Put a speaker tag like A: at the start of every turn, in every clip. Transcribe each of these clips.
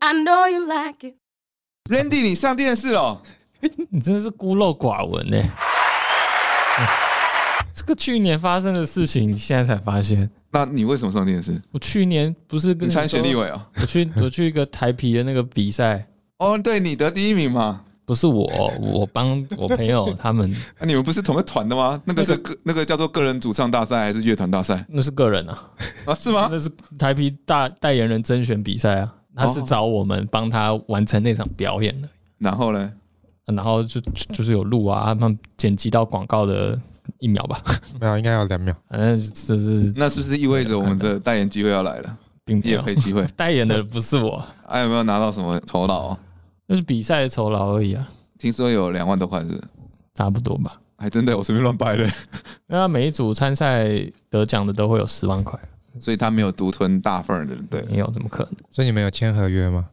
A: I know you like it。
B: Randy，你上电视哦。
C: 你真的是孤陋寡闻呢、嗯 这个去年发生的事情，现在才发现。
B: 那你为什么上电视？
C: 我去年不是跟
B: 你参
C: 说
B: 选立委哦？
C: 我去我去一个台皮的那个比赛，
B: 哦，对，你得第一名嘛。
C: 不是我，哦我帮我朋友他们，
B: 那啊你们不是同个团的吗？那个是个那个叫做个人主唱大赛还是乐团大赛
C: 那是个人啊，
B: 啊？是吗？
C: 那是台皮大代言人甄选比赛啊，他
B: 哦
C: 是找我们帮他完成那场表演的，
B: 然后呢？
C: 然后就就就是有录啊，他们剪辑到广告的一秒吧，
D: 没有，应该要两秒。
C: 反正就是
B: 那是不是意味着我们的代言机会要来了？
C: 并没
B: 也
C: 有
B: 配机会？
C: 代言的不是我，
B: 还有没有拿到什么酬劳哦？
C: 那是比赛的酬劳而已啊，
B: 听说有两万多块是不是？
C: 差不多吧。
B: 还真的，我随便乱掰的。
C: 因为他每一组参赛得奖的都会有十万块，
B: 所以他没有独吞大份儿的，对。
C: 没有怎么可能？
D: 所以你们有签合约吗？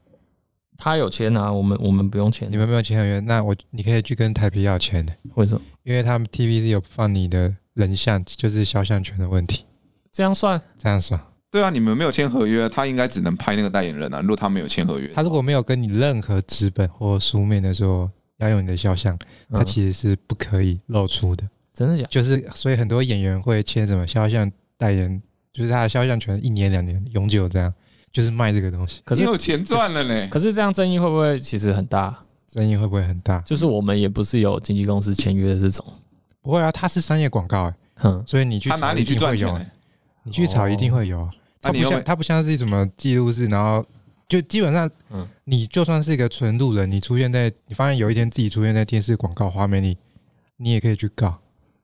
C: 他有签啊，我们我们不用签
B: 嗯
D: 你，们没有签合约，那我你可以去跟台皮要签的，
C: 为什么？
D: 因为他们 TVC 有放你的人像，就是肖像权的问题，
C: 这样算
D: 这样算。
B: 对啊，你们没有签合约，他应该只能拍那个代言人啊。如果他没有签合约，
D: 他如果没有跟你任何纸本或书面的说要用你的肖像，他
C: 嗯
D: 其实是不可以露出的。
C: 真的假的？
D: 就是所以很多演员会签什么肖像代言，就是他的肖像权一年两年永久这样，就是卖这个东西，
C: 可
B: 你
C: 是
B: 有钱赚了呢。
C: 可是这样争议会不会其实很大？
D: 争议会不会很大？
C: 就是我们也不是有经纪公司签约的这种，嗯
D: 不会啊，他是商业广告、欸，
C: 哼，
D: 所以你去
B: 他哪
D: 查
B: 里
D: 一
B: 去
D: 定
B: 赚
D: 会
B: 钱欸
D: 有啊，
B: 呢？
D: 你去炒一定会有啊。
B: 那哦
D: 它
B: 你
D: 不
B: 又
D: 像
B: 没
D: 它不像是什么记录式，然后就基本上
C: 嗯，
D: 你就算是一个纯路人，你出现在你发现有一天自己出现在电视广告画面里，你也可以去告，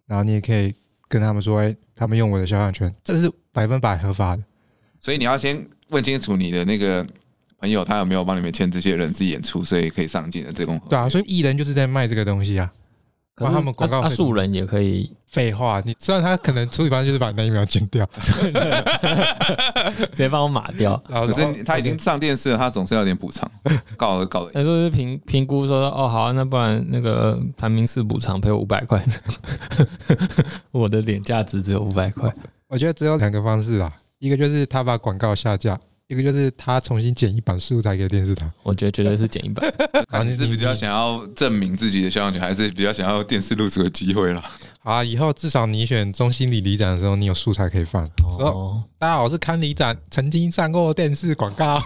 D: 然后你也可以跟他们说，哎，他们用我的肖像权，这是百分百合法的。
B: 所以你要先问清楚你的那个朋友，他有没有帮你们签这些人自己演出，所以可以上镜的这种合约。
D: 对啊，所
B: 以
D: 以艺人就是在卖这个东西啊。
C: 可
D: 帮
C: 是
D: 他们广告
C: 啊啊
D: 费
C: 素人也可 以
D: 废话，你虽然他可能出一半就是把那一秒剪掉，
C: 直接帮我码掉。
D: 然后
B: 可
D: 然
B: 是
D: 后
B: 他已经上电视了，他总是要有点补偿， 搞了搞了。
C: 他说是评评估说哦好啊、那不然那个谭明是补偿赔我五百块， 我的脸价值只有五百块，
D: 我觉得只有两个方式啊，一个就是他把广告下架，一个就是他重新剪一版素材给电视 台。
C: 我觉得绝对是减一百。
B: 啊，你是比较想要证明自己的肖像权，还是比较想要电视露出的机会 啦？
D: 好啊，以后至少你选中心里里长的时候，你有素材可以放。说
C: 哦，
D: 大家好，我是康里长，曾经上过电视 广告。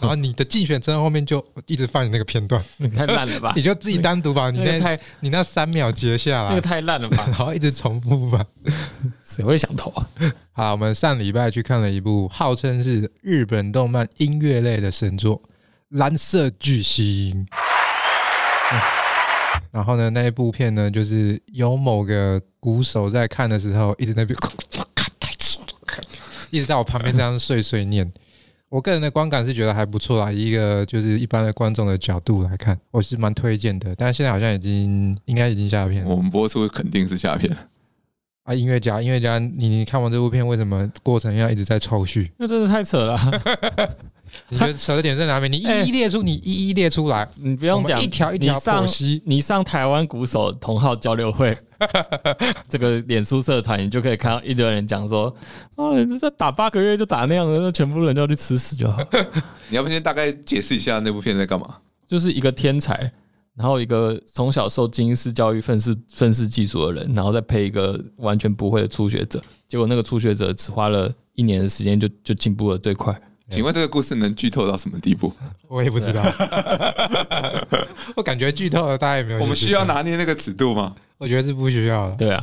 D: 然后你的竞选证后面就一直放你那个 片段，
C: 你太烂了吧
D: 你？就自己单独把你
C: 那个
D: 那
C: 太
D: 你那三秒截下
C: 那个
D: 来，
C: 太烂了吧？
D: 然后一直重复吧。
C: 谁会想投啊？
D: 好，我们上礼拜去看了一部号称是日本动漫音乐类的神作《蓝色巨星》嗯然后呢，那一部片呢，就是有某个鼓手在看的时候，一直在那边 一直在我旁边这样碎碎念。我个人的观感是觉得还不错啦，以一个就是一般的观众的角度来看，我是蛮推荐的。但是现在好像已经应该已经下片了
B: 我们播出肯定是下片。
D: 啊！音乐家，音乐家，你你看完这部片，为什么过程要一直在抽蓄？
C: 那真的太扯了啊、
D: 你觉得扯的点在哪边？你一一列出，你一一列出来，
C: 你不
D: 不
C: 用讲，
D: 一条一条
C: 你上
D: 剖析。
C: 你上台湾鼓手同号交流会， 这个脸书社团，你就可以看到一堆人讲说，哦，人家在打八个月就打那样的，那全部人都要去吃屎就好。
B: 你要不先大概解释一下那部片在干嘛？
C: 就是一个天才，然后一个从小受精英式教育愤世愤世嫉俗的人，然后再配一个完全不会的初学者，结果那个初学者只花了一年的时间就就进步的最快。
B: 请问这个故事能剧透到什么地 步？
D: 我也不知道， 我感觉剧透了，大家也没有。
B: 我们需要，拿捏那个尺度吗？
D: 我觉得是不需要的。
C: 对啊，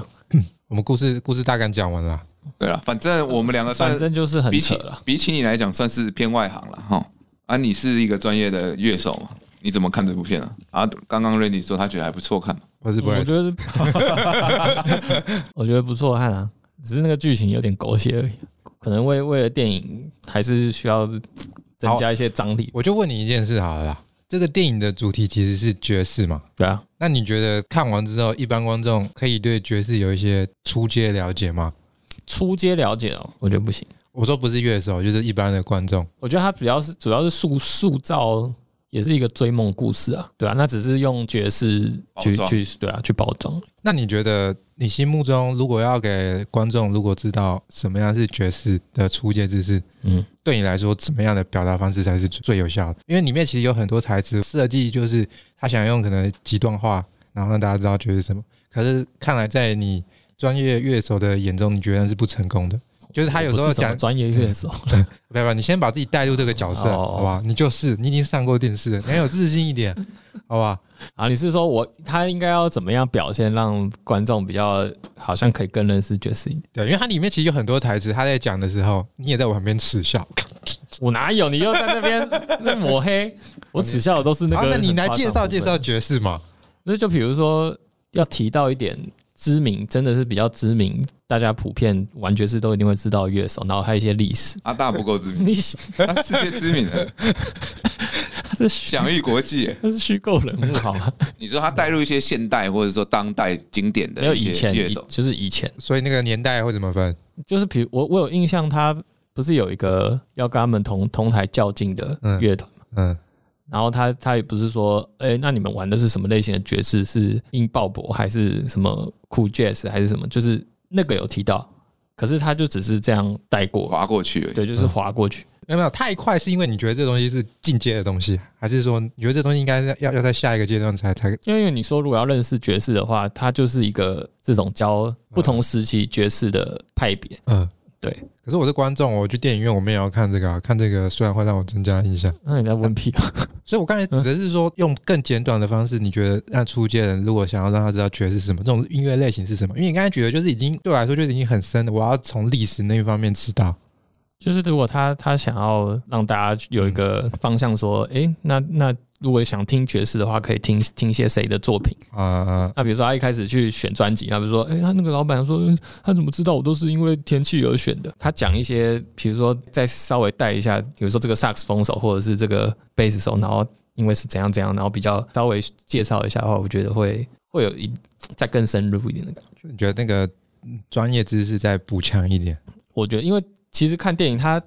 D: 我们故事故事大纲讲完了，
B: 对了，反正我们两个算
C: 反正就是很
B: 比
C: 扯
B: 起
C: 了。
B: 比起你来讲，算是偏外行了哈。啊，你是一个专业的乐手嘛？你怎么看这部片啊？啊，刚刚 Randy 说他觉得还不错看嘛，
D: 我是不
C: 我
D: 会
C: 觉。得，我觉得不 错看啊，只是那个剧情有点狗血而已。可能为为了电影，还是需要增加一些张力。
D: 我就问你一件事好了啦，这个电影的主题其实是爵士嘛？
C: 对啊，
D: 那你觉得看完之后，一般观众可以对爵士有一些初阶了解吗？
C: 初阶了解哦，我觉得不行。
D: 我说不是乐手，就是一般的观众。
C: 我觉得它主要是主要是塑塑造，也是一个追梦故事啊，对啊，那只是用爵士
B: 包
C: 去
B: 装
C: 去对啊去包装。
D: 那你觉得你心目中如果要给观众，如果知道什么样是爵士的初阶知识，
C: 嗯，
D: 对你来说怎么样的表达方式才是最有效的？因为里面其实有很多台词设计，就是他想用可能几段话，然后让大家知道爵士什么。可是看来在你专业乐手的眼中，你觉得是不成功的。就是他有时
C: 我
D: 候
C: 不是什么
D: 讲
C: 专业乐 手，
D: 不要不要，你先把自己带入这个角色，
C: 哦
D: 好吧？你就是你已经上过电视了，你要有自信 一点，好吧？
C: 啊，你是说我他应该要怎么样表现，让观众比较好像可以更认识爵士？
D: 对，因为它里面其实有很多台词，他在讲的时候，你也在我旁边耻笑。
C: 我哪有？你又在那 边那抹黑，我耻笑的都是那
D: 好，
C: 个。
D: 那你来介绍介绍，爵士嘛？
C: 那就比如说要提到一点知名，真的是比较知名，大家普遍玩爵士都一定会知道的乐手，然后还有一些历史。
B: 阿啊大不够 知名，
C: 你
B: 他世界知名的，
C: 他是虚
B: 享誉国际耶。
C: 他是虚构人物好吗？
B: 你说他带入一些现代或者说当代经典
C: 没有
B: 的
C: 以
B: 一些
C: 前，
B: 乐
C: 以
B: 手，
C: 就是以前，
D: 所以那个年代会怎么分？
C: 就是比如我我有印象，他不是有一个要跟他们同同台较劲的
D: 嗯
C: 乐团。
D: 嗯，
C: 然后他他也不是说，哎、那你们玩的是什么类型的爵士？是英鲍勃还是什么酷 jazz 还是什么？就是那个有提到，可是他就只是这样带过，
B: 划过去而已。
C: 对，就是划过去。
D: 没有没有太快，是因为你觉得这东西是进阶的东西，还是说你觉得这东西应该是要要在下一个阶段才才？
C: 因为你说如果要认识爵士的话，它就是一个这种教不同时期爵士的派别。
D: 嗯，
C: 对。
D: 可是我是观众，我去电影院我们也要看这个、啊，看这个虽然会让我增加印象，
C: 那你在问屁啊？
D: 所以我刚才指的是说用更简短的方式，你觉得让初阶人如果想要让他知道爵士是什么，这种音乐类型是什么？因为你刚才举的就是已经对我来说就是已经很深了，我要从历史那一方面知道。
C: 就是如果他他想要让大家有一个方向，说，哎、那那如果想听爵士的话，可以听听些谁的作品？
D: 啊、
C: 那比如说他一开始去选专辑，他比如说，哎、他那个老板说，嗯他怎么知道我都是因为天气而选的？他讲一些，比如说再稍微带一下，比如说这个萨克斯风手或者是这个贝斯手，然后因为是怎样怎样，然后比较稍微介绍一下的话，我觉得会会有一再更深入一点的感觉。
D: 你觉得那个嗯专业知识再补强一点？
C: 我觉得，因为其实看电影，他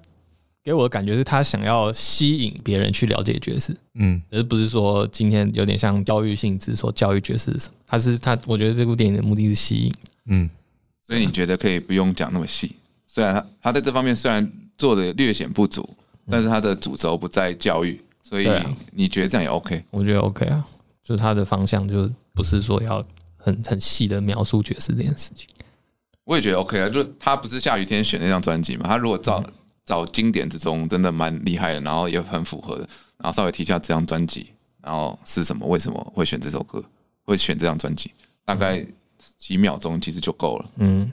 C: 给我的感觉是他想要吸引别人去了解爵士，
D: 嗯，
C: 而不是说今天有点像教育性质，说教育爵士是什么？他是他，我觉得这部电影的目的是吸引。
D: 嗯，
B: 所以你觉得可以不用讲那么细？虽然他他在这方面虽然做的略显不足，但是他的主轴不在教育，所以
C: 嗯对啊
B: 你觉得这样也 OK？
C: 我觉得 OK 啊，就是他的方向就不是说要很很细的描述爵士这件事情。
B: 我也觉得 OK 啊，就是他不是下雨天选那张专辑嘛，他如果找
D: 嗯
B: 找经典之中真的蛮厉害的，然后也很符合的，然后稍微提一下这张专辑，然后是什么，为什么会选这首歌，会选这张专辑，大概
D: 嗯
B: 几秒钟其实就够了。
C: 嗯，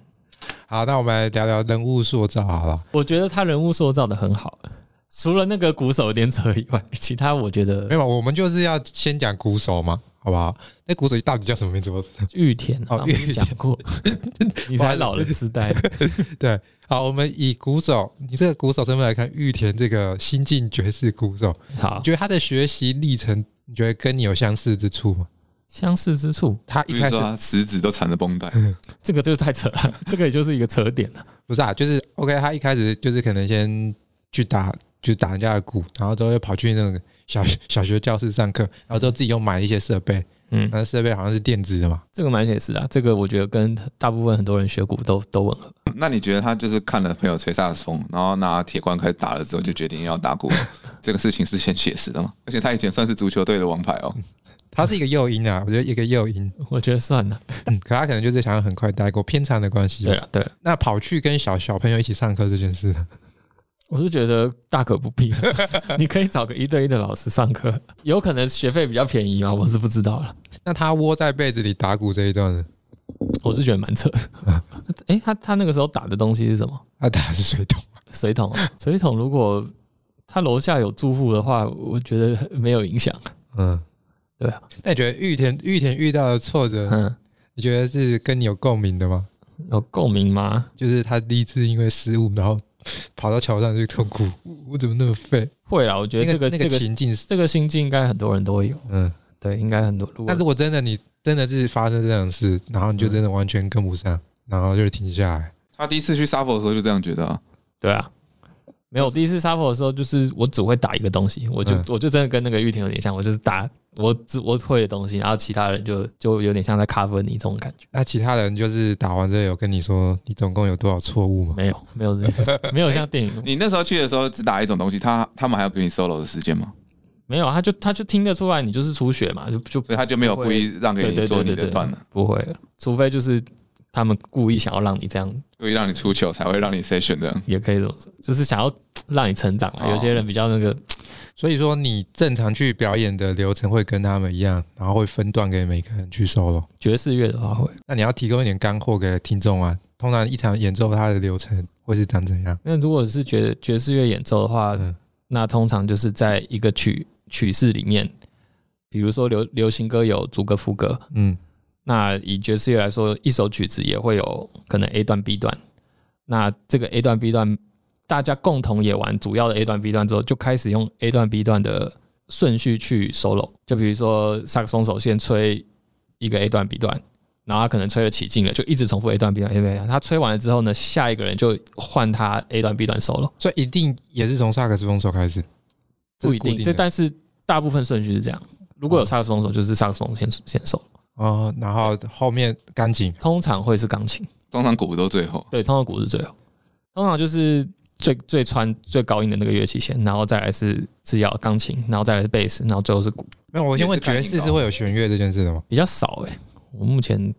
D: 好，那我们来聊聊人物塑造好了。
C: 我觉得他人物塑造的很好，啊除了那个鼓手有点扯以外，其他我觉
D: 没
C: 得
D: 有，我们就是要先讲鼓手嘛，好不好？那鼓手到底叫什么名字？我
C: 玉田
D: 哦
C: 啊，没
D: 玉田
C: 讲 过，你才老了痴呆。
D: 对，好，我们以鼓手，你这个鼓手身份来看，玉田这个新晋爵士鼓手，
C: 好
D: 你，觉得他的学习历程，你觉得跟你有相似之处吗？
C: 相似之处，
D: 他
B: 比
D: 一
B: 如
D: 开始
B: 说啊他食指都缠着绷 带，
C: 这个就太扯了， 这个也就是一个扯点了。
D: 不是啊，就是 OK，他一开始就是可能先去打，就打人家的鼓，然后之后又跑去那个小小学教室上课，然后之后自己又买一些设备，
C: 嗯，
D: 那设备好像是电子的嘛，
C: 这个蛮写实的啊，这个我觉得跟大部分很多人学鼓都都吻合。
B: 那你觉得他就是看了朋友吹萨克斯风，然后拿铁罐开始打了之后，就决定要打鼓， 这个事情是很写实的嘛？而且他以前算是足球队的王牌哦，
D: 嗯它是一个诱因啊，我觉得一个诱因，
C: 我觉得算了，
D: 嗯可他可能就是想要很快带过偏长的关系。啊
C: 对，了对了，啊
D: 那跑去跟小小朋友一起上课这件事呢，
C: 我是觉得大可不必了，你可以找个一对一的老师上课，有可能学费比较便宜嘛，我是不知道了，
D: 那他窝在被子里打鼓这一段呢，
C: 我是觉得蛮 扯的。哎、他他那个时候打的东西是什么？
D: 他打的是水桶，
C: 水桶啊，水桶如果他楼下有住户的话，我觉得没有影响。
D: 嗯，
C: 对啊。
D: 那你觉得玉田玉田遇到的挫折，
C: 嗯，
D: 你觉得是跟你有共鸣的吗？
C: 有共鸣吗？
D: 就是他第一次因为失误，然后跑到桥上去痛哭，我怎么那么废？
C: 会啦，我觉得这个、
D: 那个
C: 这个
D: 情境是，
C: 这个心境应该很多人都会有，
D: 嗯，
C: 对，应该很多。如果
D: 那如果真的你真的是发生这种事，然后你就真的完全跟不上，然后就停下来，
B: 他第一次去沙佛的时候就这样觉得啊，
C: 对啊，没有，第一次杀破的时候，就是我只会打一个东西，我就、
D: 嗯
C: 我就真的跟那个玉田有点像，我就是打我只我会的东西，然后其他人就就有点像在 cover 你这种感觉。
D: 那其他人就是打完之后有跟你说你总共有多少错误吗？
C: 没有，没有这件 事，没有像电影，
B: 你那时候去的时候只打一种东西，他他们还有给你 solo 的时间吗？
C: 没有，他就他就听得出来你就是初学嘛，就就
B: 所以他就没有故意让给
C: 对
B: 你
C: 对
B: 做
C: 对
B: 你
C: 对
B: 的
C: 对
B: 段了，，
C: 不会了，除非就是他们故意想要让你这样，
B: 故意让你出糗才会让你 session 这样。
C: 也可以这么说，就是想要让你成长嘛。
B: 哦
C: 有些人比较那个，
D: 所以说你正常去表演的流程会跟他们一样，然后会分段给每个人去 solo。
C: 爵士乐的话会，
D: 那你要提供一点干货给听众啊。通常一场演奏它的流程会是长怎样？
C: 因为如果是爵爵士乐演奏的话，
D: 嗯
C: 那通常就是在一个曲曲式里面，比如说流流行歌有主歌副歌，
D: 嗯，
C: 那以爵士乐来说，一首曲子也会有可能 A 段 B 段，那这个 A 段 B 段大家共同演完主要的 A 段 B 段之后，就开始用 A 段 B 段的顺序去 solo。就比如说萨克松手先吹一个 A 段 B 段，然后他可能吹得起劲了，就一直重复 A 段 B 段 A 段 B 段。他吹完了之后呢，下一个人就换他 A 段 B 段 solo，
D: 所以一定也是从萨克斯风手开始，这
C: 不
D: 是
C: 一
D: 固定
C: 定，
D: 的
C: 这但是大部分顺序是这样。如果有萨克松手，就是萨克松先先 solo，
D: 哦，然后后面钢琴
C: 通常会是钢琴。
B: 通常鼓都最后，
C: 对，通常鼓是最后，通常就是最最穿最高音的那个乐器先，然后再来是是要钢琴，然后再来是贝斯，然后最后是鼓，
D: 没有，我先问
B: 也是
D: 爵
B: 钢琴
D: 士是会有弦乐这件事的吗？
C: 比较少哎、我目前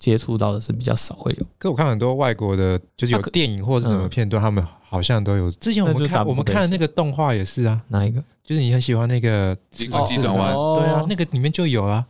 C: 接触到的是比较少会有，
D: 可我看很多外国的，就是有
C: 啊可
D: 电影或者什
C: 嗯
D: 么片段，他们好像都有。之前我
C: 那
D: 们
C: 就打
D: 看
C: 不
D: 我们
C: 过
D: 看的
C: 贝斯
D: 那个动画也是啊，
C: 哪一个？
D: 就是你很喜欢那个
B: 机关机转弯
C: 哦
D: 对啊，那个里面就有啊，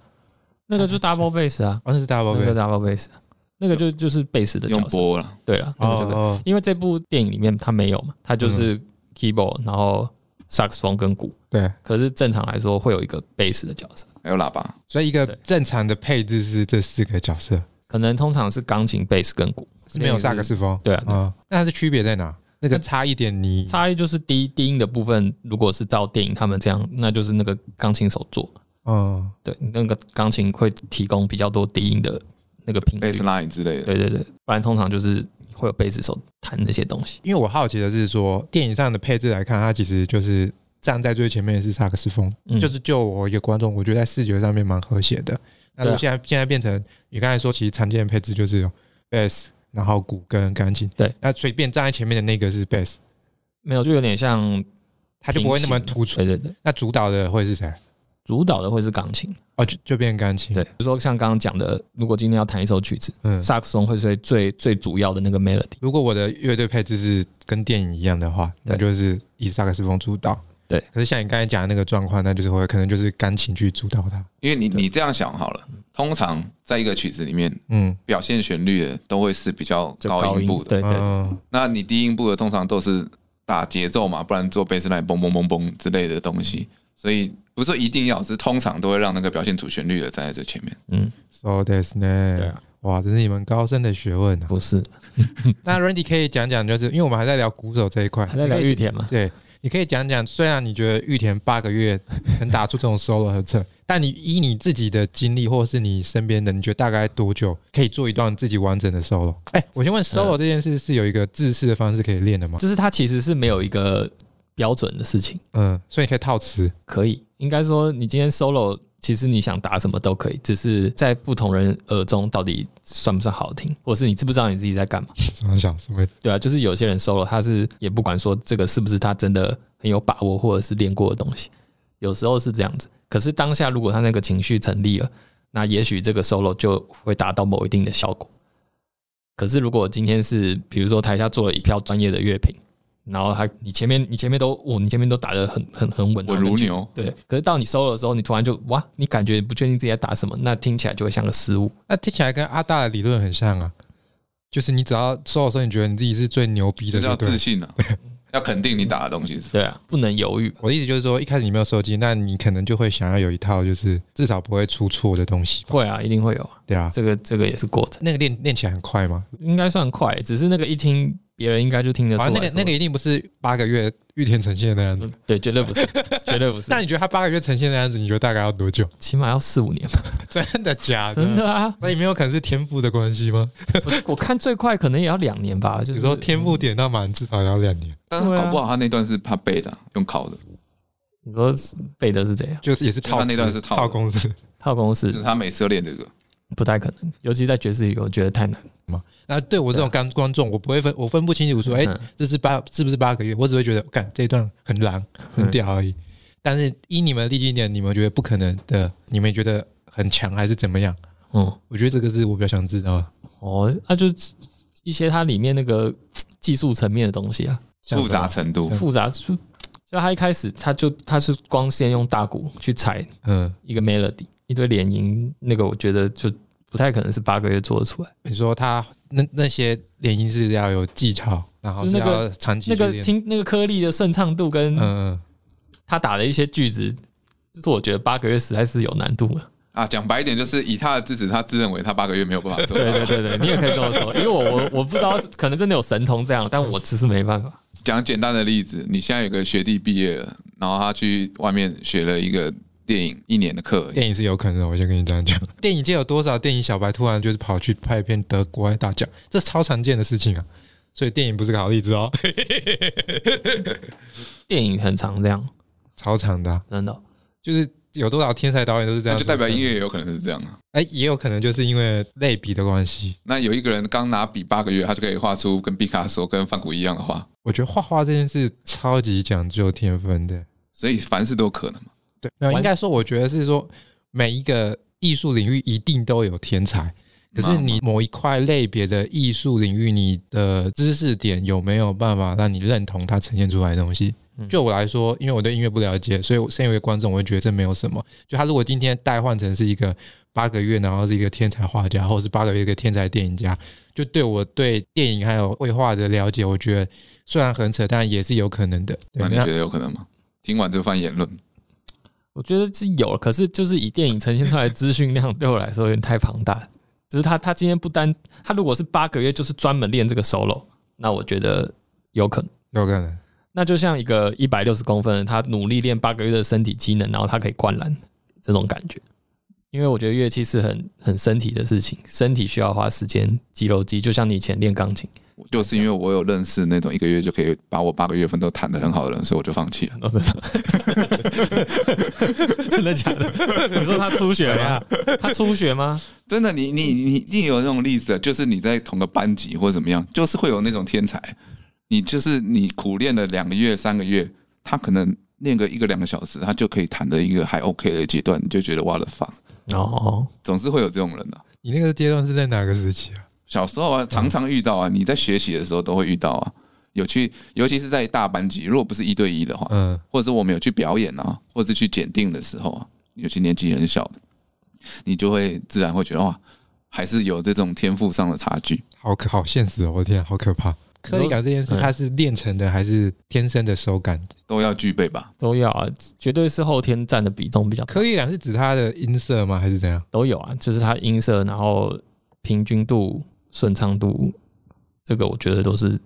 C: 那个就是 double bass 啊，
D: 哦，那是 double
C: 那个
D: bass
C: double bass，啊那个就就是贝斯的角
B: 用
C: 色。
B: 波了。
C: 对了，那个就
D: 哦嗯
C: 是
D: 哦，
C: 因为这部电影里面它没有嘛，它就是 keyboard，然后萨克斯风跟鼓，
D: 对，
C: 可是正常来说会有一个贝斯的角色。
B: 还有喇叭，
D: 所以一个
C: 对
D: 正常的配置是这四个角色
C: 可能通常是钢琴、贝斯跟鼓，
D: 是没有萨克斯风
C: 对啊，对啊
D: 啊，那它是区别在哪？那个差一点你
C: 差异就是低低音的部分，如果是照电影他们这样，那就是那个钢琴手做，
D: 嗯，
C: 对，那个钢琴会提供比较多低音的那个频率，
B: bass line 之类的，
C: 嗯对对对，不然通常就是会有贝斯手弹这些东西，
D: 因为我好奇的是说，电影上的配置来看，它其实就是站在最前面的是萨克斯风，
C: 嗯
D: 就是就我一个观众，我觉得在视觉上面蛮和谐的。那
C: 对
D: 如果
C: 啊
D: 现在、现在变成你刚才说，其实常见的配置就是有 bass，然后鼓跟钢琴，
C: 对，
D: 那随便站在前面的那个是 bass，
C: 没有就有点像，
D: 它就不会那么突出
C: 对。对对，
D: 那主导的会是谁？
C: 主导的会是钢琴，
D: 哦，就就变钢琴，
C: 对，比如说像刚刚讲的，如果今天要弹一首曲子，
D: 嗯。
C: 萨克斯风会吹最最主要的那个 melody，
D: 如果我的乐队配置是跟电影一样的话，那
C: 对
D: 就是以萨克斯风主导。
C: 对，
D: 可是像你刚才讲的那个状况，那就是会可能就是钢琴去主导它。
B: 因为你你这样想好了，通常在一个曲子里面，
D: 嗯，
B: 表现旋律的都会是比较
C: 就
B: 高音部的，
C: 对对对
D: 嗯
B: 那你低音部的通常都是打节奏嘛，不然做 bass line 嘣嘣嘣嘣之类的东西，
C: 嗯
B: 所以不是说一定要，只是通常都会让那个表现主旋律的站在这前面。
C: 嗯，
D: So this 呢？
C: 对啊，
D: 哇，这是你们高深的学问啊！
C: 不是，
D: 那 Randy 可以讲讲，就是因为我们还在聊鼓手这一块，
C: 还在聊
D: 你可以
C: 玉田嘛，
D: 对，你可以讲讲，虽然你觉得玉田八个月能打出这种 solo 很扯，但你以你自己的经历，或是你身边的，你觉得大概多久可以做一段自己完整的 solo？哎、
B: 嗯
D: 我先问 solo 这件事是有一个自式的方式可以练的吗？
C: 就是它其实是没有一个标准的事情。
D: 嗯，所以你可以套词，
C: 可以，应该说你今天 solo，其实你想打什么都可以，只是在不同人耳中到底算不算好听，或是你知不知道你自己在干嘛？
D: 想想什么？
C: 对啊，就是有些人 solo，他是也不管说这个是不是他真的很有把握，或者是练过的东西，有时候是这样子。可是当下如果他那个情绪成立了，那也许这个 solo 就会达到某一定的效果。可是如果今天是比如说台下坐了一票专业的乐评，然后他你前面你前面都哦你前面都打得很很很稳，
B: 稳如牛，
C: 对，可是到你收了的时候，你突然就哇，你感觉不确定自己在打什么，那听起来就会像个失误。
D: 那听起来跟阿大的理论很像啊，就是你只要 solo 的时候，你觉得你自己是最牛逼
B: 就是
D: 的，对
B: 要
D: 不对
B: 自信啊，要肯定你打的东西是。
C: 对啊，不能犹豫。
D: 我的意思就是说，一开始你没有收集，那你可能就会想要有一套，就是至少不会出错的东西，
C: 会啊，一定会有啊，
D: 对啊。
C: 这个这个也是过程，
D: 那个练练起来很快吗？
C: 应该算快，只是那个一听别人应该就听得出
D: 好
C: 来
D: 像那
C: 说。
D: 个那个一定不是八个月玉田呈现的样子。
C: 对，绝对不是，绝对不是
D: 那，你觉得他八个月呈现的样子，你觉得大概要多久？
C: 起码要四五 年吧，
D: 真的假的？
C: 真的啊！
D: 那也没有可能是天赋的关系吗？
C: 我我看最快可能也要两年吧，就是
D: 你说天赋点到满至少要两年，
B: 但是
C: 对啊
B: 搞不好他那段是他背的，用考的，
C: 你说背的是怎样？
D: 就是也是套
B: 他那段是套的
D: 套公式。
C: 套公
B: 就是
C: 式
B: 他每次都练这个。
D: 嗯
C: 不太可能，尤其在爵士里，我觉得太难。
D: 那啊对我这种干观众，我不会分，我分不清楚说，哎、
C: 嗯
D: 这是八是不是八个月？我只会觉得，干这一段很狼很屌而已。但是依你们的历经点，你们觉得不可能的，你们觉得很强还是怎么样？
C: 嗯，
D: 我觉得这个是我比较想知道的。
C: 哦，那、就一些它里面那个技术层面的东西啊，
D: 像
B: 复
D: 什么
B: 杂程度，
C: 复杂就就他一开始他就他是光先用大鼓去踩
D: 嗯，
C: 一个 melody，一堆连音，那个我觉得就不太可能是八个月做得出来。
D: 你说他那那些联姻是要有技巧，然后
C: 就是是那个
D: 要长期
C: 那
D: 去
C: 个
D: 练。
C: 听那个颗粒的顺畅度跟
D: 嗯嗯，
C: 他打的一些句子，就是我觉得八个月实在是有难度了。
B: 啊，讲白一点，就是以他的资质，他自认为他八个月没有办法做。
C: 对对对对，你也可以这么说，因为我我我不知道，可能真的有神童这样，但我只是没办法。
B: 讲简单的例子，你现在有个学弟毕业了，然后他去外面学了一个电影一年的课而已，
D: 电影是有可能的，我先跟你这样讲。电影界有多少电影小白突然就是跑去拍片得国外大奖，这超常见的事情啊。所以电影不是个好例子哦，
C: 电影很长这样，
D: 超常的啊、
C: 真的
D: 就是有多少天才导演都是这
B: 那
D: 样，
B: 就代表音。乐也有可能是这样啊。
D: 哎、也有可能就是因为类比的关系。
B: 那有一个人刚拿笔八个月，他就可以画出跟毕卡索、跟梵谷一样的画，
D: 我觉得画画这件事超级讲究天分的。
B: 所以凡事都有可能嘛。
D: 对，没有，
C: 完
D: 应该说，我觉得是说每一个艺术领域一定都有天才，可是你某一块类别的艺术领域，你的知识点有没有办法让你认同它呈现出来的东西
C: 嗯？
D: 就我来说，因为我对音乐不了解，所以我身为一个观众，我会觉得这没有什么。就他如果今天代换成是一个八个月，然后是一个天才画家，或者是八个月一个天才电影家，就对我对电影还有绘画的了解，我觉得虽然很扯，但也是有可能的。对，
B: 那你
D: 那
B: 觉得有可能吗？听完这番言论，
C: 我觉得是有，可是就是以电影呈现出来的资讯量对我来说有点太庞大了。就是他他今天不单他如果是八个月就是专门练这个 solo，那我觉得有可能。
D: 有可能。
C: 那就像一个一百六十公分的，他努力练八个月的身体机能，然后他可以灌篮这种感觉。因为我觉得乐器是很很身体的事情，身体需要花时间肌肉记忆，就像你以前练钢琴，
B: 就是因为我有认识那种一个月就可以把我八个月份都弹得很好的人，所以我就放弃了。
C: 哦、真的 真的假的？ 你说他出血吗？ 他出血吗？
B: 真的，你你你一定有那种例子，就是你在同个班级或怎么样，就是会有那种天才，你就是你苦练了两个月、三个月，他可能练个一个两个小时，他就可以弹的一个还 OK 的阶段，你就觉得哇了放，
C: 哦，
B: 总是会有这种人的、啊。
D: 你那个阶段是在哪个时期啊？
B: 小时候啊，常常遇到啊，你在学习的时候都会遇到啊。有去，尤其是在大班级，如果不是一对一的话，
D: 嗯，
B: 或者是我们有去表演啊，或者是去检定的时候啊，尤其年纪很小的，你就会自然会觉得哇，还是有这种天赋上的差距。
D: 好可好现实哦！我的天啊、好可怕。
C: 你
D: 颗
C: 说
D: 粒感这件事，
C: 嗯
D: 它是练成的还是天生的手感？
B: 都要具备 吧。
C: 都要啊，绝对是后天占的比重比较
D: 颗粒感是指它的音色吗？还是怎样？
C: 都有啊，就是它音色，然后平均度、顺畅度，这个我觉得都是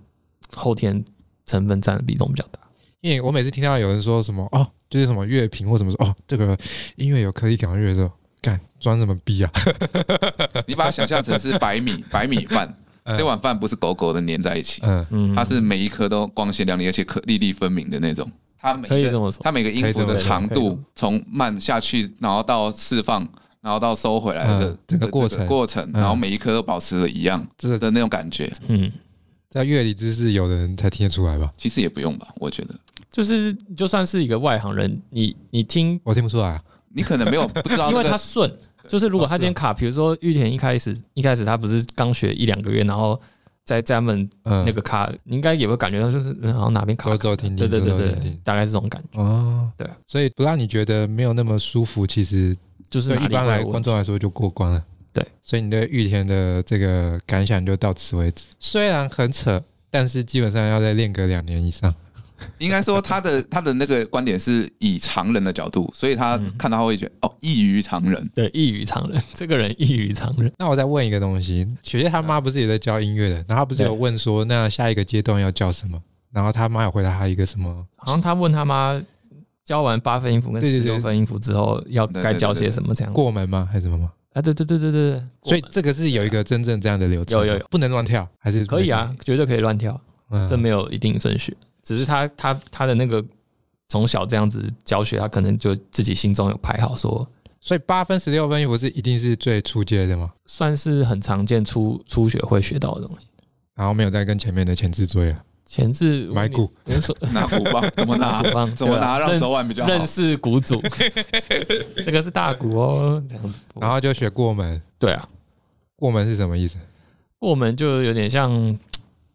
C: 后天成分占的比重比较大。
D: 因为我每次听到有人说什么哦，就是什么乐评或什么说哦，这个音乐有颗粒感的乐的时候，干装什么逼啊？
B: 你把它想象成是白 米白米饭，
D: 嗯
B: 这碗饭不是狗狗的粘在一起，
D: 嗯，
C: 嗯，
B: 它是每一颗都光鲜亮丽，而且颗粒粒分明的那种。它每
C: 可以
B: 一
C: 这
B: 个
C: 么说，
B: 它每个音符的长
C: 可以这么
B: 度，从慢下去，然后到释放，然后到收回来的
D: 嗯整个过程
B: 过程，
D: 嗯
B: 然后每一颗都保持的一样
D: 这个
B: 的那种感觉，
C: 嗯，
D: 在乐理知识有的人才听得出来吧？
B: 其实也不用吧，我觉得
C: 就是就算是一个外行人，你你听，
D: 我听不出来啊。
B: 你可能 没有不知道
C: 因
B: 那
C: 为
B: 个
C: 他顺，就是如果他今天卡，比如说玉田一开始一开始他不是刚学一两个月，然后在在他们
D: 嗯，
C: 那个卡，你应该也会感觉到就是嗯好像哪边卡
D: 走
C: 卡，
D: 走停
C: 对对
D: 停，
C: 对
D: 走走
C: 对
D: 停
C: 对
D: 停，。
C: 大概是这种感觉，
D: 哦，
C: 对，
D: 所以不让你觉得没有那么舒服，其实
C: 就是
D: 对
C: 哪
D: 一
C: 里
D: 般
C: 会
D: 来
C: 有问
D: 观
C: 题
D: 众来说就过关了。
C: 对，
D: 所以你对玉田的这个感想就到此为止。虽然很扯，但是基本上要再练个两年以上。
B: 应该说他 的他的那个观点是以常人的角度，所以他看到他会觉得哦，异于常人。
C: 对，异于常人，这个人异于常人。
D: 那我再问一个东西，雪姐她妈不是也在教音乐的？然后她不是有
C: 对
D: 问说，那下一个阶段要教什么？然后她妈有回答她一个什么？
C: 好像他问他妈教完八分音符跟
D: 对对
C: 十
D: 对
C: 六分音符之后，要
B: 对对
C: 该教
B: 对对
C: 些什么这样？
D: 过门吗？还是什么吗？
C: 啊，对对对对对对，
D: 所以
C: 过门
D: 这个是有一个真正这样的流程吗，
C: 有有有
D: 不能乱跳，还是
C: 可以啊，绝对可以乱跳，
D: 不能跳？嗯
C: 这没有一定顺序，只是他他他的那个从小这样子教学，他可能就自己心中有排好说。
D: 所以八分、十六分，我是一定是最初阶的嘛，
C: 算是很常见初初学会学到的东西。
D: 然后没有再跟前面的前置作业了，
C: 前置
D: 买
C: 你
D: 鼓，
C: 你 说
B: 拿鼓棒怎么拿
C: 拿鼓棒？
B: 怎么
C: 对啊
B: 拿让
C: 认
B: 手腕比较好
C: 认？识 鼓组，这个是大鼓哦。这样，
D: 然后就学过门。
C: 对啊，
D: 过门是什么意思？
C: 过门就有点像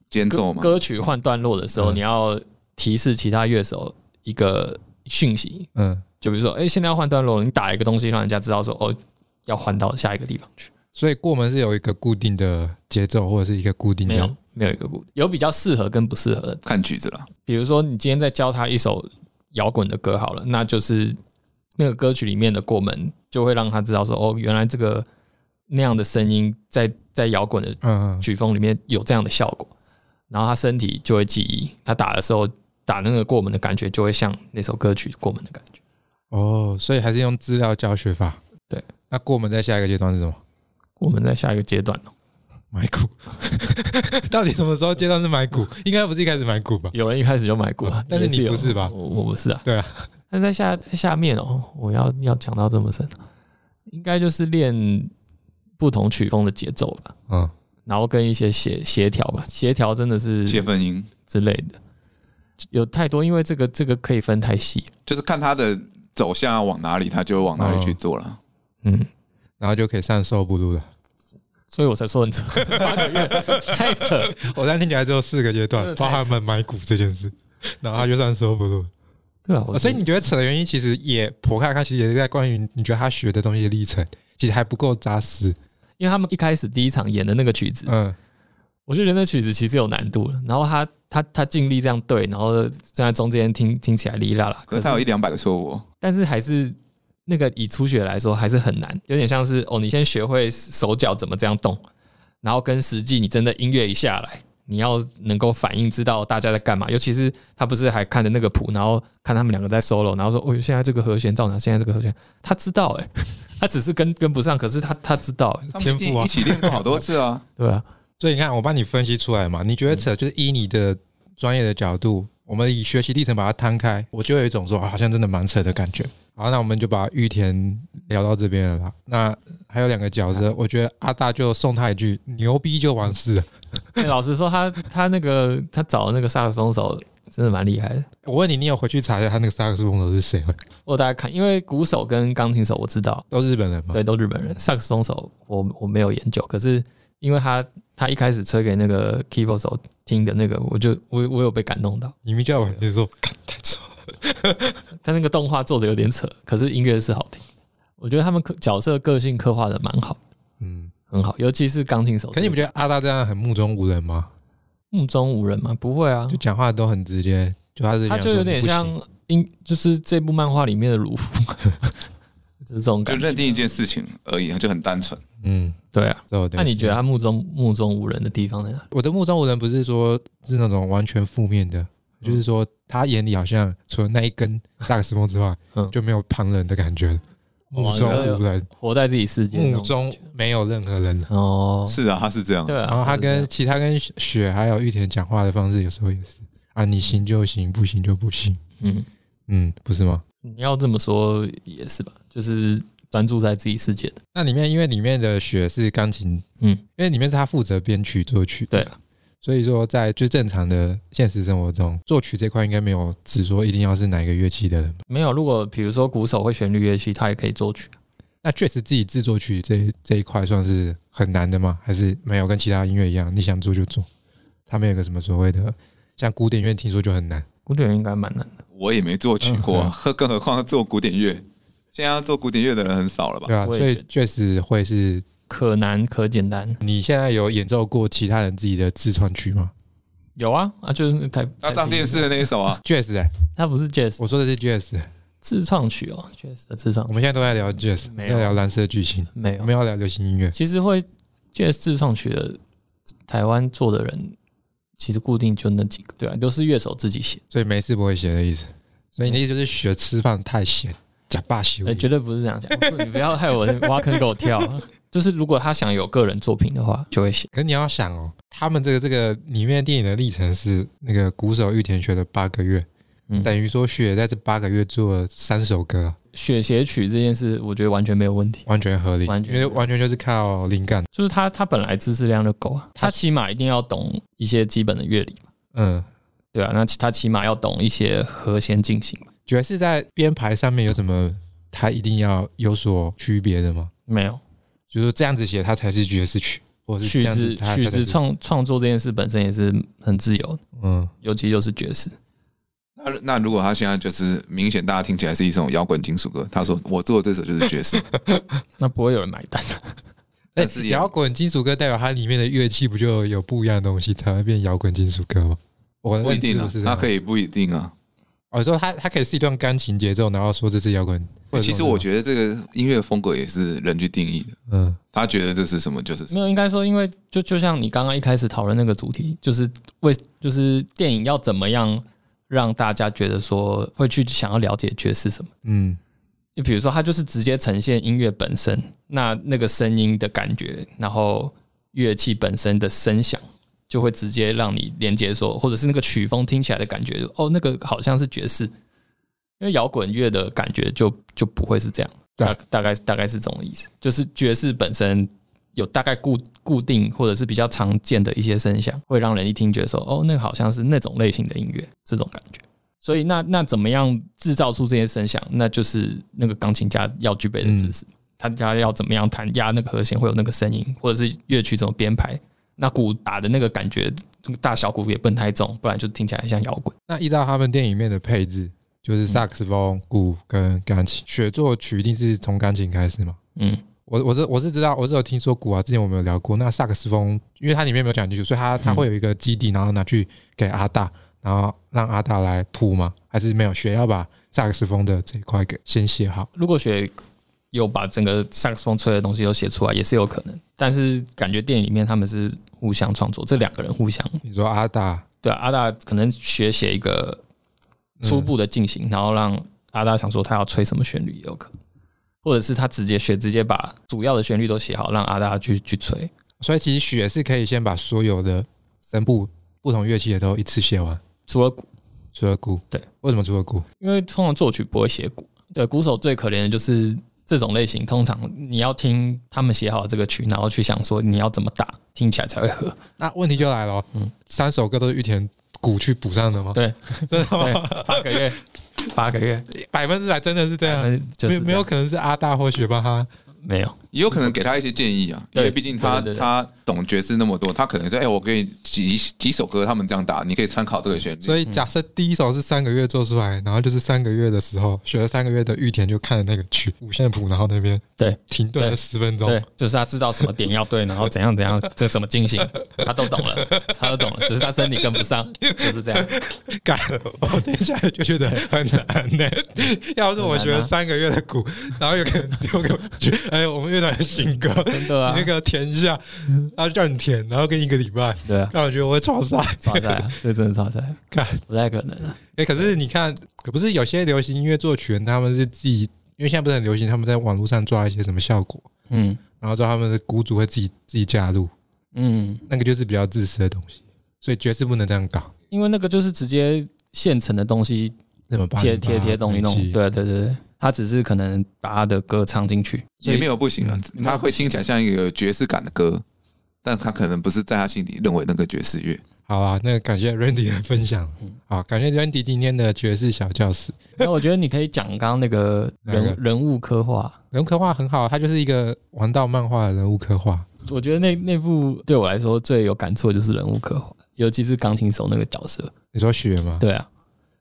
B: 间奏
C: 歌
B: 嘛，
C: 歌曲换段落的时候，
D: 嗯
C: 你要提示其他乐手一个讯息，
D: 嗯，
C: 就比如说，哎，现在要换段落了，你打一个东西，让人家知道说，哦，要换到下一个地方去。
D: 所以过门是有一个固定的节奏，或者是一个固定
C: 没有
D: 的。，
C: 没有一个鼓，有比较适合跟不适合的。
B: 看曲子了。
C: 比如说你今天在教他一首摇滚的歌好了，那就是那个歌曲里面的过门，就会让他知道说，哦，原来这个那样的声音在在摇滚的
D: 嗯，嗯
C: 曲风里面有这样的效果，然后他身体就会记忆，他打的时候打那个过门的感觉就会像那首歌曲过门的感觉。
D: 哦，所以还是用资料教学法。
C: 对，
D: 那过门在下一个阶段是什么？
C: 我们在下一个阶段哦，
D: 买股。 到底什么时候阶段是买股？应该不是一开始买股吧？
C: 有人一开始就买过啊，
D: 但是你
C: 也有
D: 不是吧
C: 我我不是啊，
D: 对啊。
C: 那在下在下面哦，我要要讲到这么深，哦应该就是练不同曲风的节奏吧。
D: 嗯，
C: 然后跟一些协协调吧，协调真的是
B: 切分音
C: 之类的，有太多，因为这个这个可以分太细，
B: 就是看他的走向要往哪里，他就会往哪里去
C: 哦
B: 做了。
C: 嗯，
D: 然后就可以上售不入了。
C: 所以我才说很扯， 八个月太扯，
D: 我在听起来只有四个阶段，
C: 真的太
D: 包含们买股这件事，然后他就算收不入、
C: 对啊，我
D: 啊所以你觉得扯的原因，其实也剖开看，其实也是在关于你觉得他学的东西的历程，其实还不够扎实。
C: 因为他们一开始第一场演的那个曲子，
D: 嗯，
C: 我就觉得那曲子其实有难度了，然后他他他尽力这样对，然后站在中间听听起来哩啦啦，
B: 可
C: 可
B: 是
C: 是
B: 他有一两百个错误哦，
C: 但是还是那个以初学来说还是很难，有点像是哦，你先学会手脚怎么这样动，然后跟实际你真的音乐一下来，你要能够反应知道大家在干嘛。尤其是他不是还看着那个谱，然后看他们两个在 solo，然后说哦，现在这个和弦照哪，现在这个和弦，他知道哎、 他只是跟跟不上，可是他他知道、欸，
B: 他们一定
D: 天赋啊
B: 一起练过好多次啊。
C: 对啊，
D: 所以你看，我帮你分析出来嘛，你觉得
C: 嗯
D: 扯就是以你的专业的角度，我们以学习历程把它摊开，我就有一种说、啊好像真的蛮扯的感觉。好，那我们就把玉田聊到这边了啦。那还有两个角色，我觉得阿大就送他一句牛逼就完事了。
C: 欸老实说他他那个他找的那个萨克斯风手真的蛮厉害的。
D: 我问你，你有回去查一下他那个萨克斯风手是谁吗？
C: 我大家看，因为鼓手跟钢琴手我知道，
D: 都日本人吗？
C: 对，都日本人。萨克斯风手我我没有研究，可是因为他他一开始吹给那个 keyboard 手听的那个，我就我我有被感动到。
D: 你们叫我你说，干太扯了。
C: 他那个动画做的有点扯，可是音乐是好听的。我觉得他们刻角色个性刻画的蛮好，
D: 嗯，
C: 很好，尤其是钢琴手。
D: 可是你不觉得阿大这样很目中无人吗？
C: 目中无人吗？不会啊
D: 就，讲话都很直接，就他是
C: 他就有点像音，就是这部漫画里面的鲁夫， 就是这种
B: 就
C: 感啊觉。
B: 认定一件事情而已，就很单纯。
D: 嗯，
C: 对啊，
D: 这我等
C: 那你
D: 一下
C: 觉得他目中目中无人的地方在哪里？
D: 我的目中无人不是说是那种完全负面的，就是说他眼里好像除了那一根萨克斯风之外，
C: 嗯
D: 就没有旁人的感觉了，目中无人，
C: 活在自己世界那种
D: 目
C: 感觉，
D: 中没有任何人了。
C: 哦，
B: 是啊，他是这样。
C: 对啊。
D: 然后他
C: 就是这样
D: 跟其他跟雪还有玉田讲话的方式，有时候也是啊，你行就行，不行就不行，
C: 嗯，
D: 嗯，不是吗？
C: 你要这么说也是吧，就是专注在自己世界的。
D: 那里面因为里面的雪是钢琴，
C: 嗯，
D: 因为里面是他负责编曲作曲，
C: 对了，
D: 所以说在就正常的现实生活中，作曲这块应该没有只说一定要是哪一个乐器的人吧。
C: 没有，如果比如说鼓手会旋律乐器，他也可以作曲。
D: 那确实自己制作曲这这一块算是很难的吗？还是没有跟其他音乐一样，你想做就做？他们有个什么所谓的，像古典乐听说就很难。
C: 古典应该蛮难的，
B: 我也没作曲过 啊
D: 嗯，
B: 何更何况做古典乐。现在要做古典乐的人很少了吧
D: 对？啊，
C: 我
D: 所
C: 也觉得
D: 以确实会是
C: 可难可简单。
D: 你现在有演奏过其他人自己的自创曲吗？
C: 有啊啊，就是台
B: 他上电视，的那一首啊，
D: Jazz 哎、
C: 他不是 Jazz
D: 我说的是 Jazz，欸
C: 自创曲哦，Jazz 的自创
D: 我
C: 曲
D: 们现在都在聊 Jazz，
C: 没有
D: 要聊蓝色巨星，
C: 没有
D: 我们要聊流行音乐。
C: 其实会 Jazz 自创曲的台湾做的人，其实固定就那几个，对啊，都是乐手自己写，
D: 所以没事不会写的意思。所以你的意思就是学吃饭太咸，假霸气
C: 呃，。绝对不是这样讲， 你不要害我挖坑给我跳。啊就是如果他想有个人作品的话，就会写。
D: 可是你要想哦，他们这个这个里面电影的历程是那个鼓手玉田学的八个月，
C: 嗯，
D: 等于说雪在这八个月做了三首歌，
C: 血写曲这件事，我觉得完全没有问题。
D: 完全合理，
C: 完全
D: 因为完全就是靠灵感。
C: 就是他他本来知识量就够啊，他起码一定要懂一些基本的乐理嘛，
D: 嗯，
C: 对啊，那其他起码要懂一些和弦进行嘛。
D: 觉得是在编排上面有什么，他一定要有所区别的吗？
C: 没有
D: 就是说这样子写，它才是爵士曲，或者是
C: 曲
D: 这样子
C: 子
D: 它，
C: 曲
D: 它才
C: 子
D: 是
C: 创创作这件事本身也是很自由的，
D: 嗯，
C: 尤其又是爵士。
B: 那那如果他现在就是明显大家听起来是一种摇滚金属歌，他说我做的这首就是爵士，
C: 那不会有人买单。
D: 哎
B: 但是，也
D: 摇滚金属歌代表它里面的乐器不就有不一样的东西才会变摇滚金属歌吗？我的
B: 不一
D: 认知
B: 定啊
D: 是，
B: 他可
D: 以，
B: 以不一定啊。
D: 我、哦、说它它可以是一段钢琴节奏，然后说这是摇滚。
B: 欸其实我觉得这个音乐风格也是人去定义的，
D: 得，嗯，
B: 他觉得这是什么就是什么。
C: 没有，应该说，因为就就像你刚刚一开始讨论那个主题，就是为就是电影要怎么样让大家觉得说会去想要了解爵士什么。
D: 嗯，
C: 就比如说，它就是直接呈现音乐本身，那那个声音的感觉，然后乐器本身的声响，就会直接让你连接说，或者是那个曲风听起来的感觉，哦，那个好像是爵士，因为摇滚乐的感觉就就不会是这样，
D: 对
C: 大大概大概是这种意思，就是爵士本身有大概固固定或者是比较常见的一些声响，会让人一听觉得说，哦，那个好像是那种类型的音乐，这种感觉。所以那那怎么样制造出这些声响？那就是那个钢琴家要具备的知识，他他要怎么样弹压那个和弦会有那个声音，或者是乐曲怎么编排，那鼓打的那个感觉，这个大小鼓也不能太重，不然就听起来很像摇滚。
D: 那依照他们电影里面的配置，就是
C: 嗯
D: 萨克斯风、鼓跟钢琴。学作曲一定是从钢琴开始嘛？
C: 嗯，
D: 我我是我是知道，我是有听说鼓啊，之前我们有聊过。那萨克斯风，因为它里面没有讲清楚，所以它它
C: 嗯
D: 会有一个基地，然后拿去给阿大，然后让阿大来谱嘛，还是没有学要把萨克斯风的这一块给先写好。
C: 如果雪有把整个萨克斯风吹的东西都写出来，也是有可能。但是感觉电影里面他们是互相创作，这两个人互相
D: 你说阿大
C: 对、啊、阿大可能学写一个初步的进行，然后让阿大想说他要吹什么旋律也有可能，或者是他直接学直接把主要的旋律都写好，让阿大去去吹。
D: 所以其实雪是可以先把所有的声部不同乐器的都一次写完，
C: 除了鼓，
D: 除了鼓。
C: 对，
D: 为什么除了鼓？
C: 因为通常作曲不会写鼓，对鼓手最可怜的就是这种类型。通常你要听他们写好的这个曲，然后去想说你要怎么打，听起来才会合。
D: 那问题就来了哦，
C: 嗯
D: 三首歌都是玉田鼓去补上的吗？
C: 对，
D: 真的吗？
C: 对，八个月， 八个月，
D: 百分之百真的是这样，
C: 嗯，就
D: 没
C: 是
D: 有没有
C: 这样
D: 可能是阿大或雪巴哈。
C: 没有，
B: 也有可能给他一些建议啊，因
C: 对
B: 为毕竟他
C: 对对对
B: 他懂爵士那么多，他可能说，哎、我给你几几首歌，他们这样打，你可以参考这个旋律。
C: 嗯
D: 所以假设第一首是三个月做出来，然后就是三个月的时候学了三个月的玉田就看了那个曲五线谱，然后那边
C: 对
D: 停顿了十分钟，
C: 对，就是他知道什么点要对，然后怎样怎 样，这怎么进行，他都懂了，他都懂了，只是他身体跟不上，就是这样。
D: 干了，我听下来就觉得很难 呢、要是我学了三个月的鼓，然后有个人丢给我去，哎，我们乐团有新歌，
C: 真的啊
D: 你那个填一下，然后叫你填，然后跟一个礼拜，
C: 对啊，
D: 让我觉得我会创伤。
C: 抓在 啊，这真的抓在啊，
D: 干，
C: 不太可能啊。
D: 哎、可是你看，可不是有些流行音乐作曲人，他们是自己，因为现在不是很流行，他们在网络上抓一些什么效果，
C: 嗯
D: 然后之后他们的鼓组会自己自己加入，
C: 嗯，
D: 那个就是比较自私的东西，所以爵士不能这样搞，
C: 因为那个就是直接现成的东西
D: 怎么办？
C: 贴贴贴弄一弄
D: 冷气，
C: 对对对对，他只是可能把他的歌唱进 去，所
B: 也
C: 以
B: 没有不行啊，他会听起来像一个有爵士感的歌，但他可能不是在他心里认为那个爵士乐。
D: 好啊，那感谢 Randy 的分享。好，感谢 Randy 今天的爵士小教室。
C: 那我觉得你可以讲刚刚那个
D: 哪
C: 人
D: 个
C: 人物刻画，
D: 人物刻画很好，它就是一个王道漫画的人物刻画。
C: 我觉得那那部对我来说最有感触的就是人物刻画，尤其是钢琴手那个角色。
D: 你说雪吗？
C: 对啊，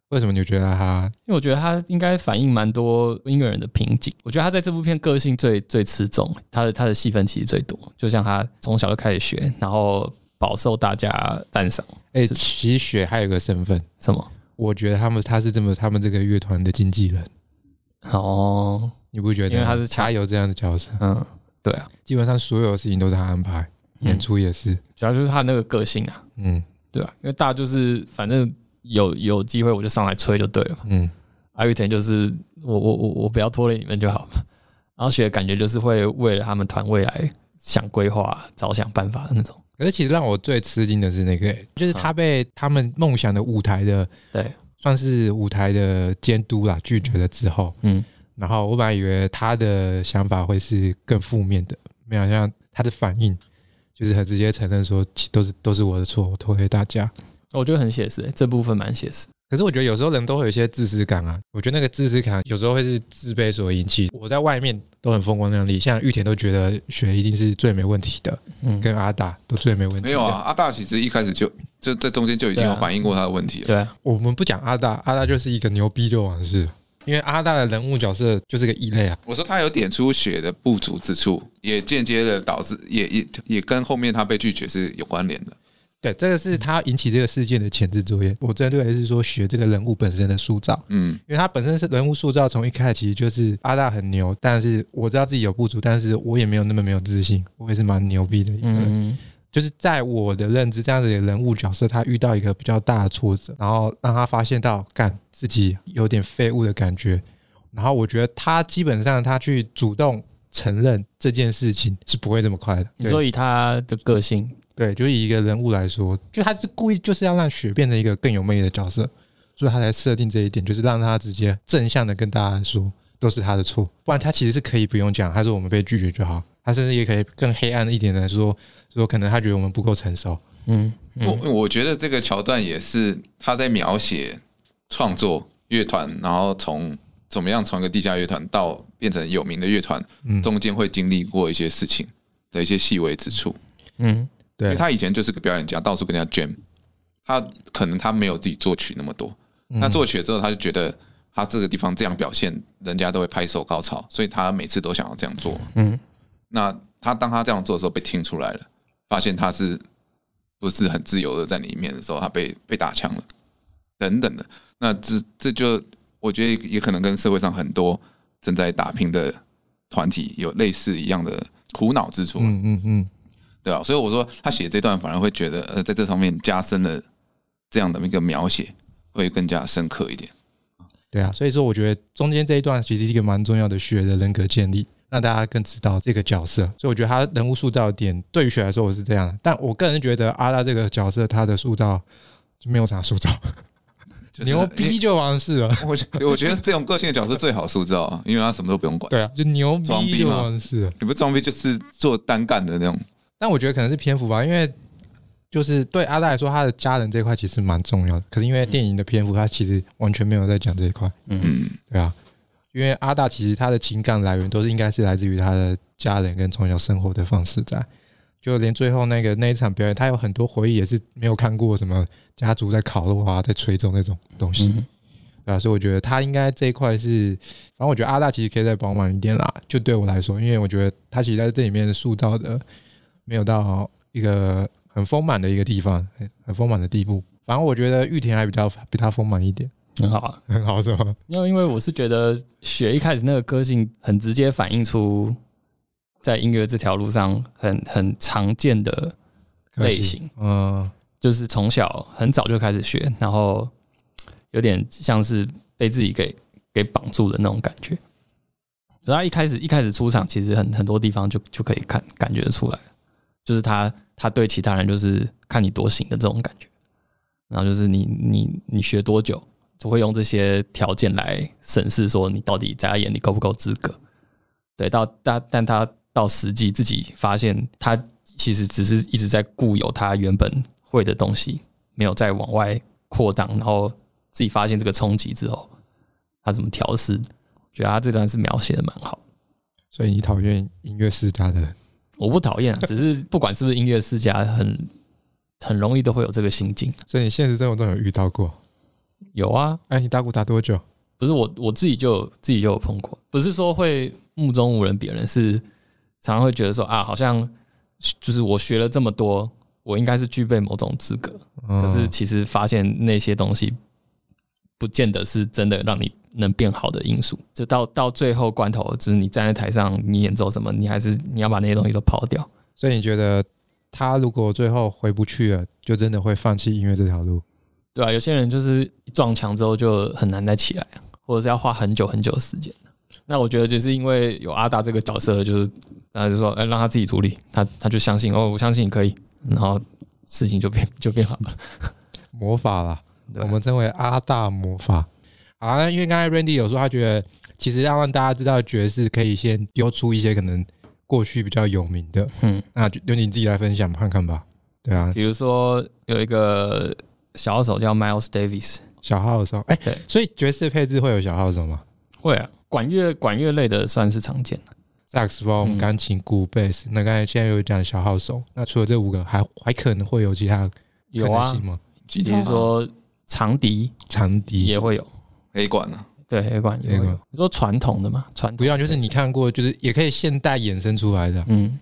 D: 为什么你觉得他
C: 因为我觉得他应该反映蛮多音乐人的瓶颈。我觉得他在这部片个性最最吃重，他的他的戏份其实最多。就像他从小就开始学，然后饱受大家赞赏。
D: 哎、
C: 是
D: 其实雪还有个身份，
C: 什么？
D: 我觉得他们他是这么他们这个乐团的经纪人，
C: 哦，
D: 你不觉得吗？
C: 因为他是
D: 他有这样的角色，
C: 嗯，对啊，
D: 基本上所有的事情都是他安排，
C: 嗯
D: 演出也是，
C: 主要就是他那个个性啊，
D: 嗯
C: 对啊，因为大家就是反正有有机会我就上来吹就对了嘛。
D: 嗯，
C: 阿玉田就是我我我我不要拖累你们就好 嘛。然后雪的感觉就是会为了他们团未来想规划、着想办法的那种。
D: 可是其实让我最吃惊的是那个，
C: 嗯
D: 就是他被他们梦想的舞台的
C: 对，
D: 算是舞台的监督啦拒绝了之后，
C: 嗯，
D: 然后我本来以为他的想法会是更负面的，没想到他的反应就是很直接承认说，其都是都是我的错，我拖累大家。
C: 我觉得很写实、欸，这部分蛮写实。
D: 可是我觉得有时候人都会有一些自私感啊，我觉得那个自私感有时候会是自卑所引起。我在外面都很风光亮丽，像玉田都觉得雪一定是最没问题的，
C: 嗯，
D: 跟阿达都最没问题。
B: 没有啊，，阿大其实一开始就就在中间就已经有
C: 对啊
B: 反映过他的问题了。
C: 对啊，
D: 我们不讲阿大，阿大就是一个牛逼的往事，因为阿大的人物角色就是个异类啊。
B: 我说他有点出血的不足之处，也间接的导致，也也也跟后面他被拒绝是有关联的。
D: 对，这个是他引起这个事件的前置作业。我针对的是说雪这个人物本身的塑造。
B: 嗯，
D: 因为他本身是人物塑造，从一开始其实就是阿大很牛，但是我知道自己有不足，但是我也没有那么没有自信，我也是蛮牛逼的一个人。
C: 嗯，
D: 就是在我的认知，这样子的人物角色，他遇到一个比较大的挫折，然后让他发现到干自己有点废物的感觉，然后我觉得他基本上他去主动承认这件事情是不会这么快的。
C: 你
D: 对
C: 说以他的个性，
D: 对，就以一个人物来说，就他是故意就是要让雪变成一个更有魅力的角色，所以他才设定这一点，就是让他直接正向的跟大家说都是他的错，不然他其实是可以不用讲，他说我们被拒绝就好，他甚至也可以更黑暗一点的说，说可能他觉得我们不够成熟，
C: 嗯，嗯
B: 我我觉得这个桥段也是他在描写创作乐团，然后从怎么样从一个地下乐团到变成有名的乐团，
D: 嗯，
B: 中间会经历过一些事情的一些细微之处。
C: 嗯，
B: 因
D: 对
B: 为，他以前就是个表演家，到处跟人家 jam，他可能他没有自己作曲那么多，
D: 嗯
B: 他作曲了之后，他就觉得他这个地方这样表现，人家都会拍手高潮，所以他每次都想要这样做。
C: 嗯，
B: 那他当他这样做的时候被听出来了，发现他是不是很自由的在里面的时候，他被被打枪了，等等的。那这这就我觉得也可能跟社会上很多正在打拼的团体有类似一样的苦恼之处。啊
D: 嗯嗯嗯，
B: 对啊，所以我说他写这段反而会觉得，呃，在这方面加深了这样的一个描写，会更加深刻一点。
D: 对啊，所以说我觉得中间这一段其实是一个蛮重要的雪的人格建立，让大家更知道这个角色。所以我觉得他人物塑造的点对于雪来说我是这样的，但我个人觉得阿拉这个角色他的塑造就没有啥塑造，
B: 就是
D: 牛逼！就完事 了。
B: 我觉我觉得这种个性的角色最好塑造啊，因为他什么都不用管，
D: 对啊，就牛
B: 装
D: 逼
B: 逼
D: 就
B: 吗
D: 完事了。
B: 你不装逼就是做单干的那种。
D: 但我觉得可能是篇幅吧，因为就是对阿拉来说，他的家人这一块其实蛮重要的。可是因为电影的篇幅，他其实完全没有在讲这一块。
B: 嗯，
D: 对啊，因为阿大其实他的情感来源都是应该是来自于他的家人跟从小生活的方式在，就连最后那个那一场表演，他有很多回忆也是没有看过什么家族在烤肉啊，在吹奏那种东西，
C: 嗯，
D: 对啊，所以我觉得他应该这一块是，反正我觉得阿大其实可以再饱满一点啦，就对我来说，因为我觉得他其实在这里面塑造的没有到一个很丰满的一个地方，很很丰满的地步。反正我觉得玉田还比较比他丰满一点，
C: 很好啊。
D: 很好是吗？
C: 因为因为我是觉得雪一开始那个个性很直接反映出在音乐这条路上很很常见的类型，
D: 嗯，
C: 就是从小很早就开始学，然后有点像是被自己给给绑住的那种感觉。然后一开始一开始出场，其实很很多地方就就可以看感觉得出来，就是他他对其他人就是看你多行的这种感觉，然后就是你你你学多久，就会用这些条件来审视说你到底在他眼里够不够资格。对，到但但他到实际自己发现，他其实只是一直在固有他原本会的东西，没有再往外扩张。然后自己发现这个冲击之后，他怎么调试？觉得他这段是描写的蛮好。
D: 所以你讨厌音乐世家的人？
C: 我不讨厌啊，只是不管是不是音乐世家，很 很容易都会有这个心境。
D: 所以你现实生活中有遇到过？
C: 有啊，
D: 哎，你打鼓打多久？
C: 不是我我自己就有自己就有碰过，不是说会目中无人，别人是常常会觉得说啊，好像就是我学了这么多，我应该是具备某种资格，
D: 嗯
C: 可是其实发现那些东西，不见得是真的让你能变好的因素。就到到最后关头，就是你站在台上，你演奏什么，你还是你要把那些东西都抛掉。
D: 所以你觉得他如果最后回不去了，就真的会放弃音乐这条路？
C: 对啊，有些人就是一撞墙之后就很难再起来，啊或者是要花很久很久的时间。啊那我觉得就是因为有阿达这个角色，就是大家就说，哎、让他自己处理，他他就相信哦，我相信你可以，然后事情就变就变好了。
D: 魔法啦，
C: 对
D: 我
C: 吧
D: 们称为阿大魔法。好啊，那因为刚才 Randy 有说，他觉得其实要让大家知道爵士，可以先丢出一些可能过去比较有名的，
C: 嗯，
D: 那就由你自己来分享看看吧。对啊，
C: 比如说有一个小手叫 Miles Davis，
D: 小号的时候，哎、
C: 对
D: 所以爵士配置会有小号的时候吗？
C: 会啊，管乐管乐类的算是常见的。
D: 萨克斯风、
C: 嗯
D: 钢琴、鼓、贝斯，那刚才现在有讲小号手，那除了这五个，还还可能会有其他可
C: 有
D: 能
C: 啊
D: 性，吗？
B: 吉
C: 比
B: 他
C: 如说长笛
D: 长笛
C: 也会有，
B: 黑管啊，
C: 对，黑管也会
D: 黑
C: 有
D: 管。
C: 你说传统的嘛，传
D: 不
C: 统
D: 要，就是你看过，就是也可以现代衍生出来的啊，
C: 嗯，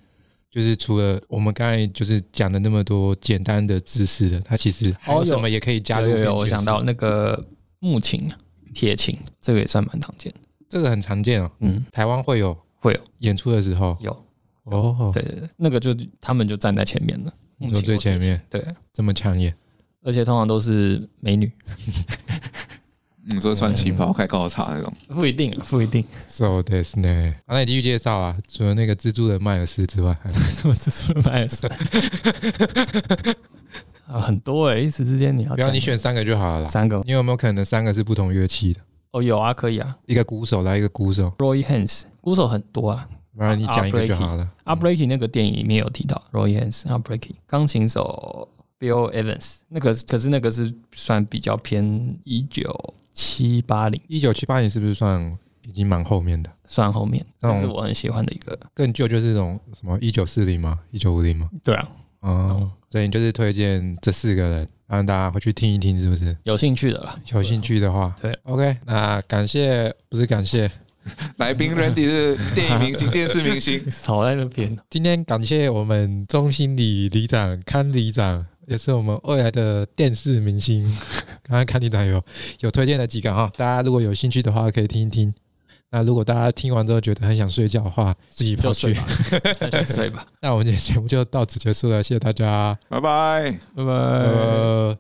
D: 就是除了我们刚才就是讲的那么多简单的知识的，它其实还有
C: 哦有
D: 什么也可以加入
C: 有
D: 变
C: 有
D: 爵士？
C: 有，我想到那个木琴、啊铁琴，这个也算蛮常见的。
D: 这个很常见哦，
C: 嗯，
D: 台湾会有
C: 会有
D: 演出的时候
C: 有，
D: 哦，
C: 对对对，那个就他们就站在前面了，木琴
D: 你说
C: 或
D: 最
C: 铁
D: 前
C: 琴，
D: 面
C: 对，
D: 这么抢眼，
C: 而且通常都是美女，
B: 你说穿旗袍开高叉那种，
C: 不一定啊，不一定，
D: So this 呢？啊，那你继续介绍啊，除了那个蜘蛛人迈尔斯 之外，还有
C: 什么指数麦斯 啊，很多哎、一时之间你要
D: 不要
C: 讲
D: 你选三个就好了啦。
C: 三个吗
D: 你有没有可能三个是不同乐器的？
C: 哦，有啊，可以啊
D: 一个鼓手来一个鼓手，
C: ，Roy Hans 鼓手很多啊，
D: 不然你讲一个就好了。嗯
C: a b r e a k y 那个电影里面有提到 Roy Hans a b r e a k y 钢琴手 Bill Evans 那个可是那个是算比较偏一九七八零
D: 一九七八年是不是算已经蛮后面的？
C: 算后面，
D: 那
C: 但
D: 种
C: 是我很喜欢的一个。
D: 更旧就是那种什么一九四零嘛，一九五零嘛。
C: 对啊，
D: 哦，所以你就是推荐这四个人，让大家回去听一听，是不是？
C: 有兴趣的啦，
D: 有兴趣的话，
C: 对
D: ，OK，那感谢不是感谢，
B: 来宾 Randy 是电影明星、电视明星，
C: 少在那边。
D: 今天感谢我们中心里里长康里长，也是我们未来的电视明星。 刚刚康里长有有推荐了几个哈，大家如果有兴趣的话可以听一听。那如果大家听完之后觉得很想睡觉的话，自己跑
C: 就睡
D: 去
C: 吧。，那就睡吧，
D: 那我们今天节目就到此结束了，谢谢大家。
B: 拜拜。
C: 拜拜。
D: 呃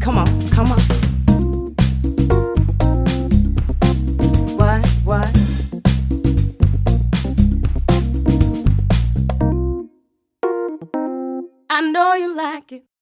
A: Come on, come on. What, what? I know you like it.